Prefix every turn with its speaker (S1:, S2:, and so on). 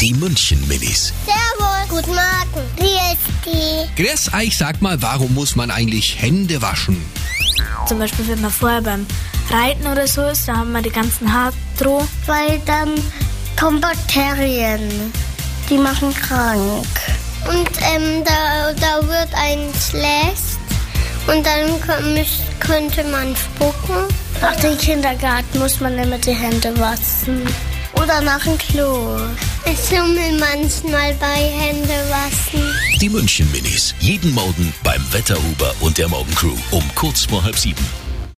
S1: Die München Minis.
S2: Servus. Guten Morgen. Wie ist die?
S1: Grüß euch, sag mal, warum muss man eigentlich Hände waschen?
S3: Zum Beispiel, wenn man vorher beim Reiten oder so ist, da haben wir die ganzen Haardroh.
S2: Weil dann kommen Bakterien. Die machen krank. Und ähm, da, da wird ein schlecht. Und dann kö- müß- könnte man spucken. Nach dem Kindergarten muss man immer die Hände waschen. Oder nach dem Klo. Ich schummel manchmal bei Hände waschen.
S1: Die München Minis. Jeden Morgen beim Wetterhuber und der Morgencrew um kurz vor halb sieben.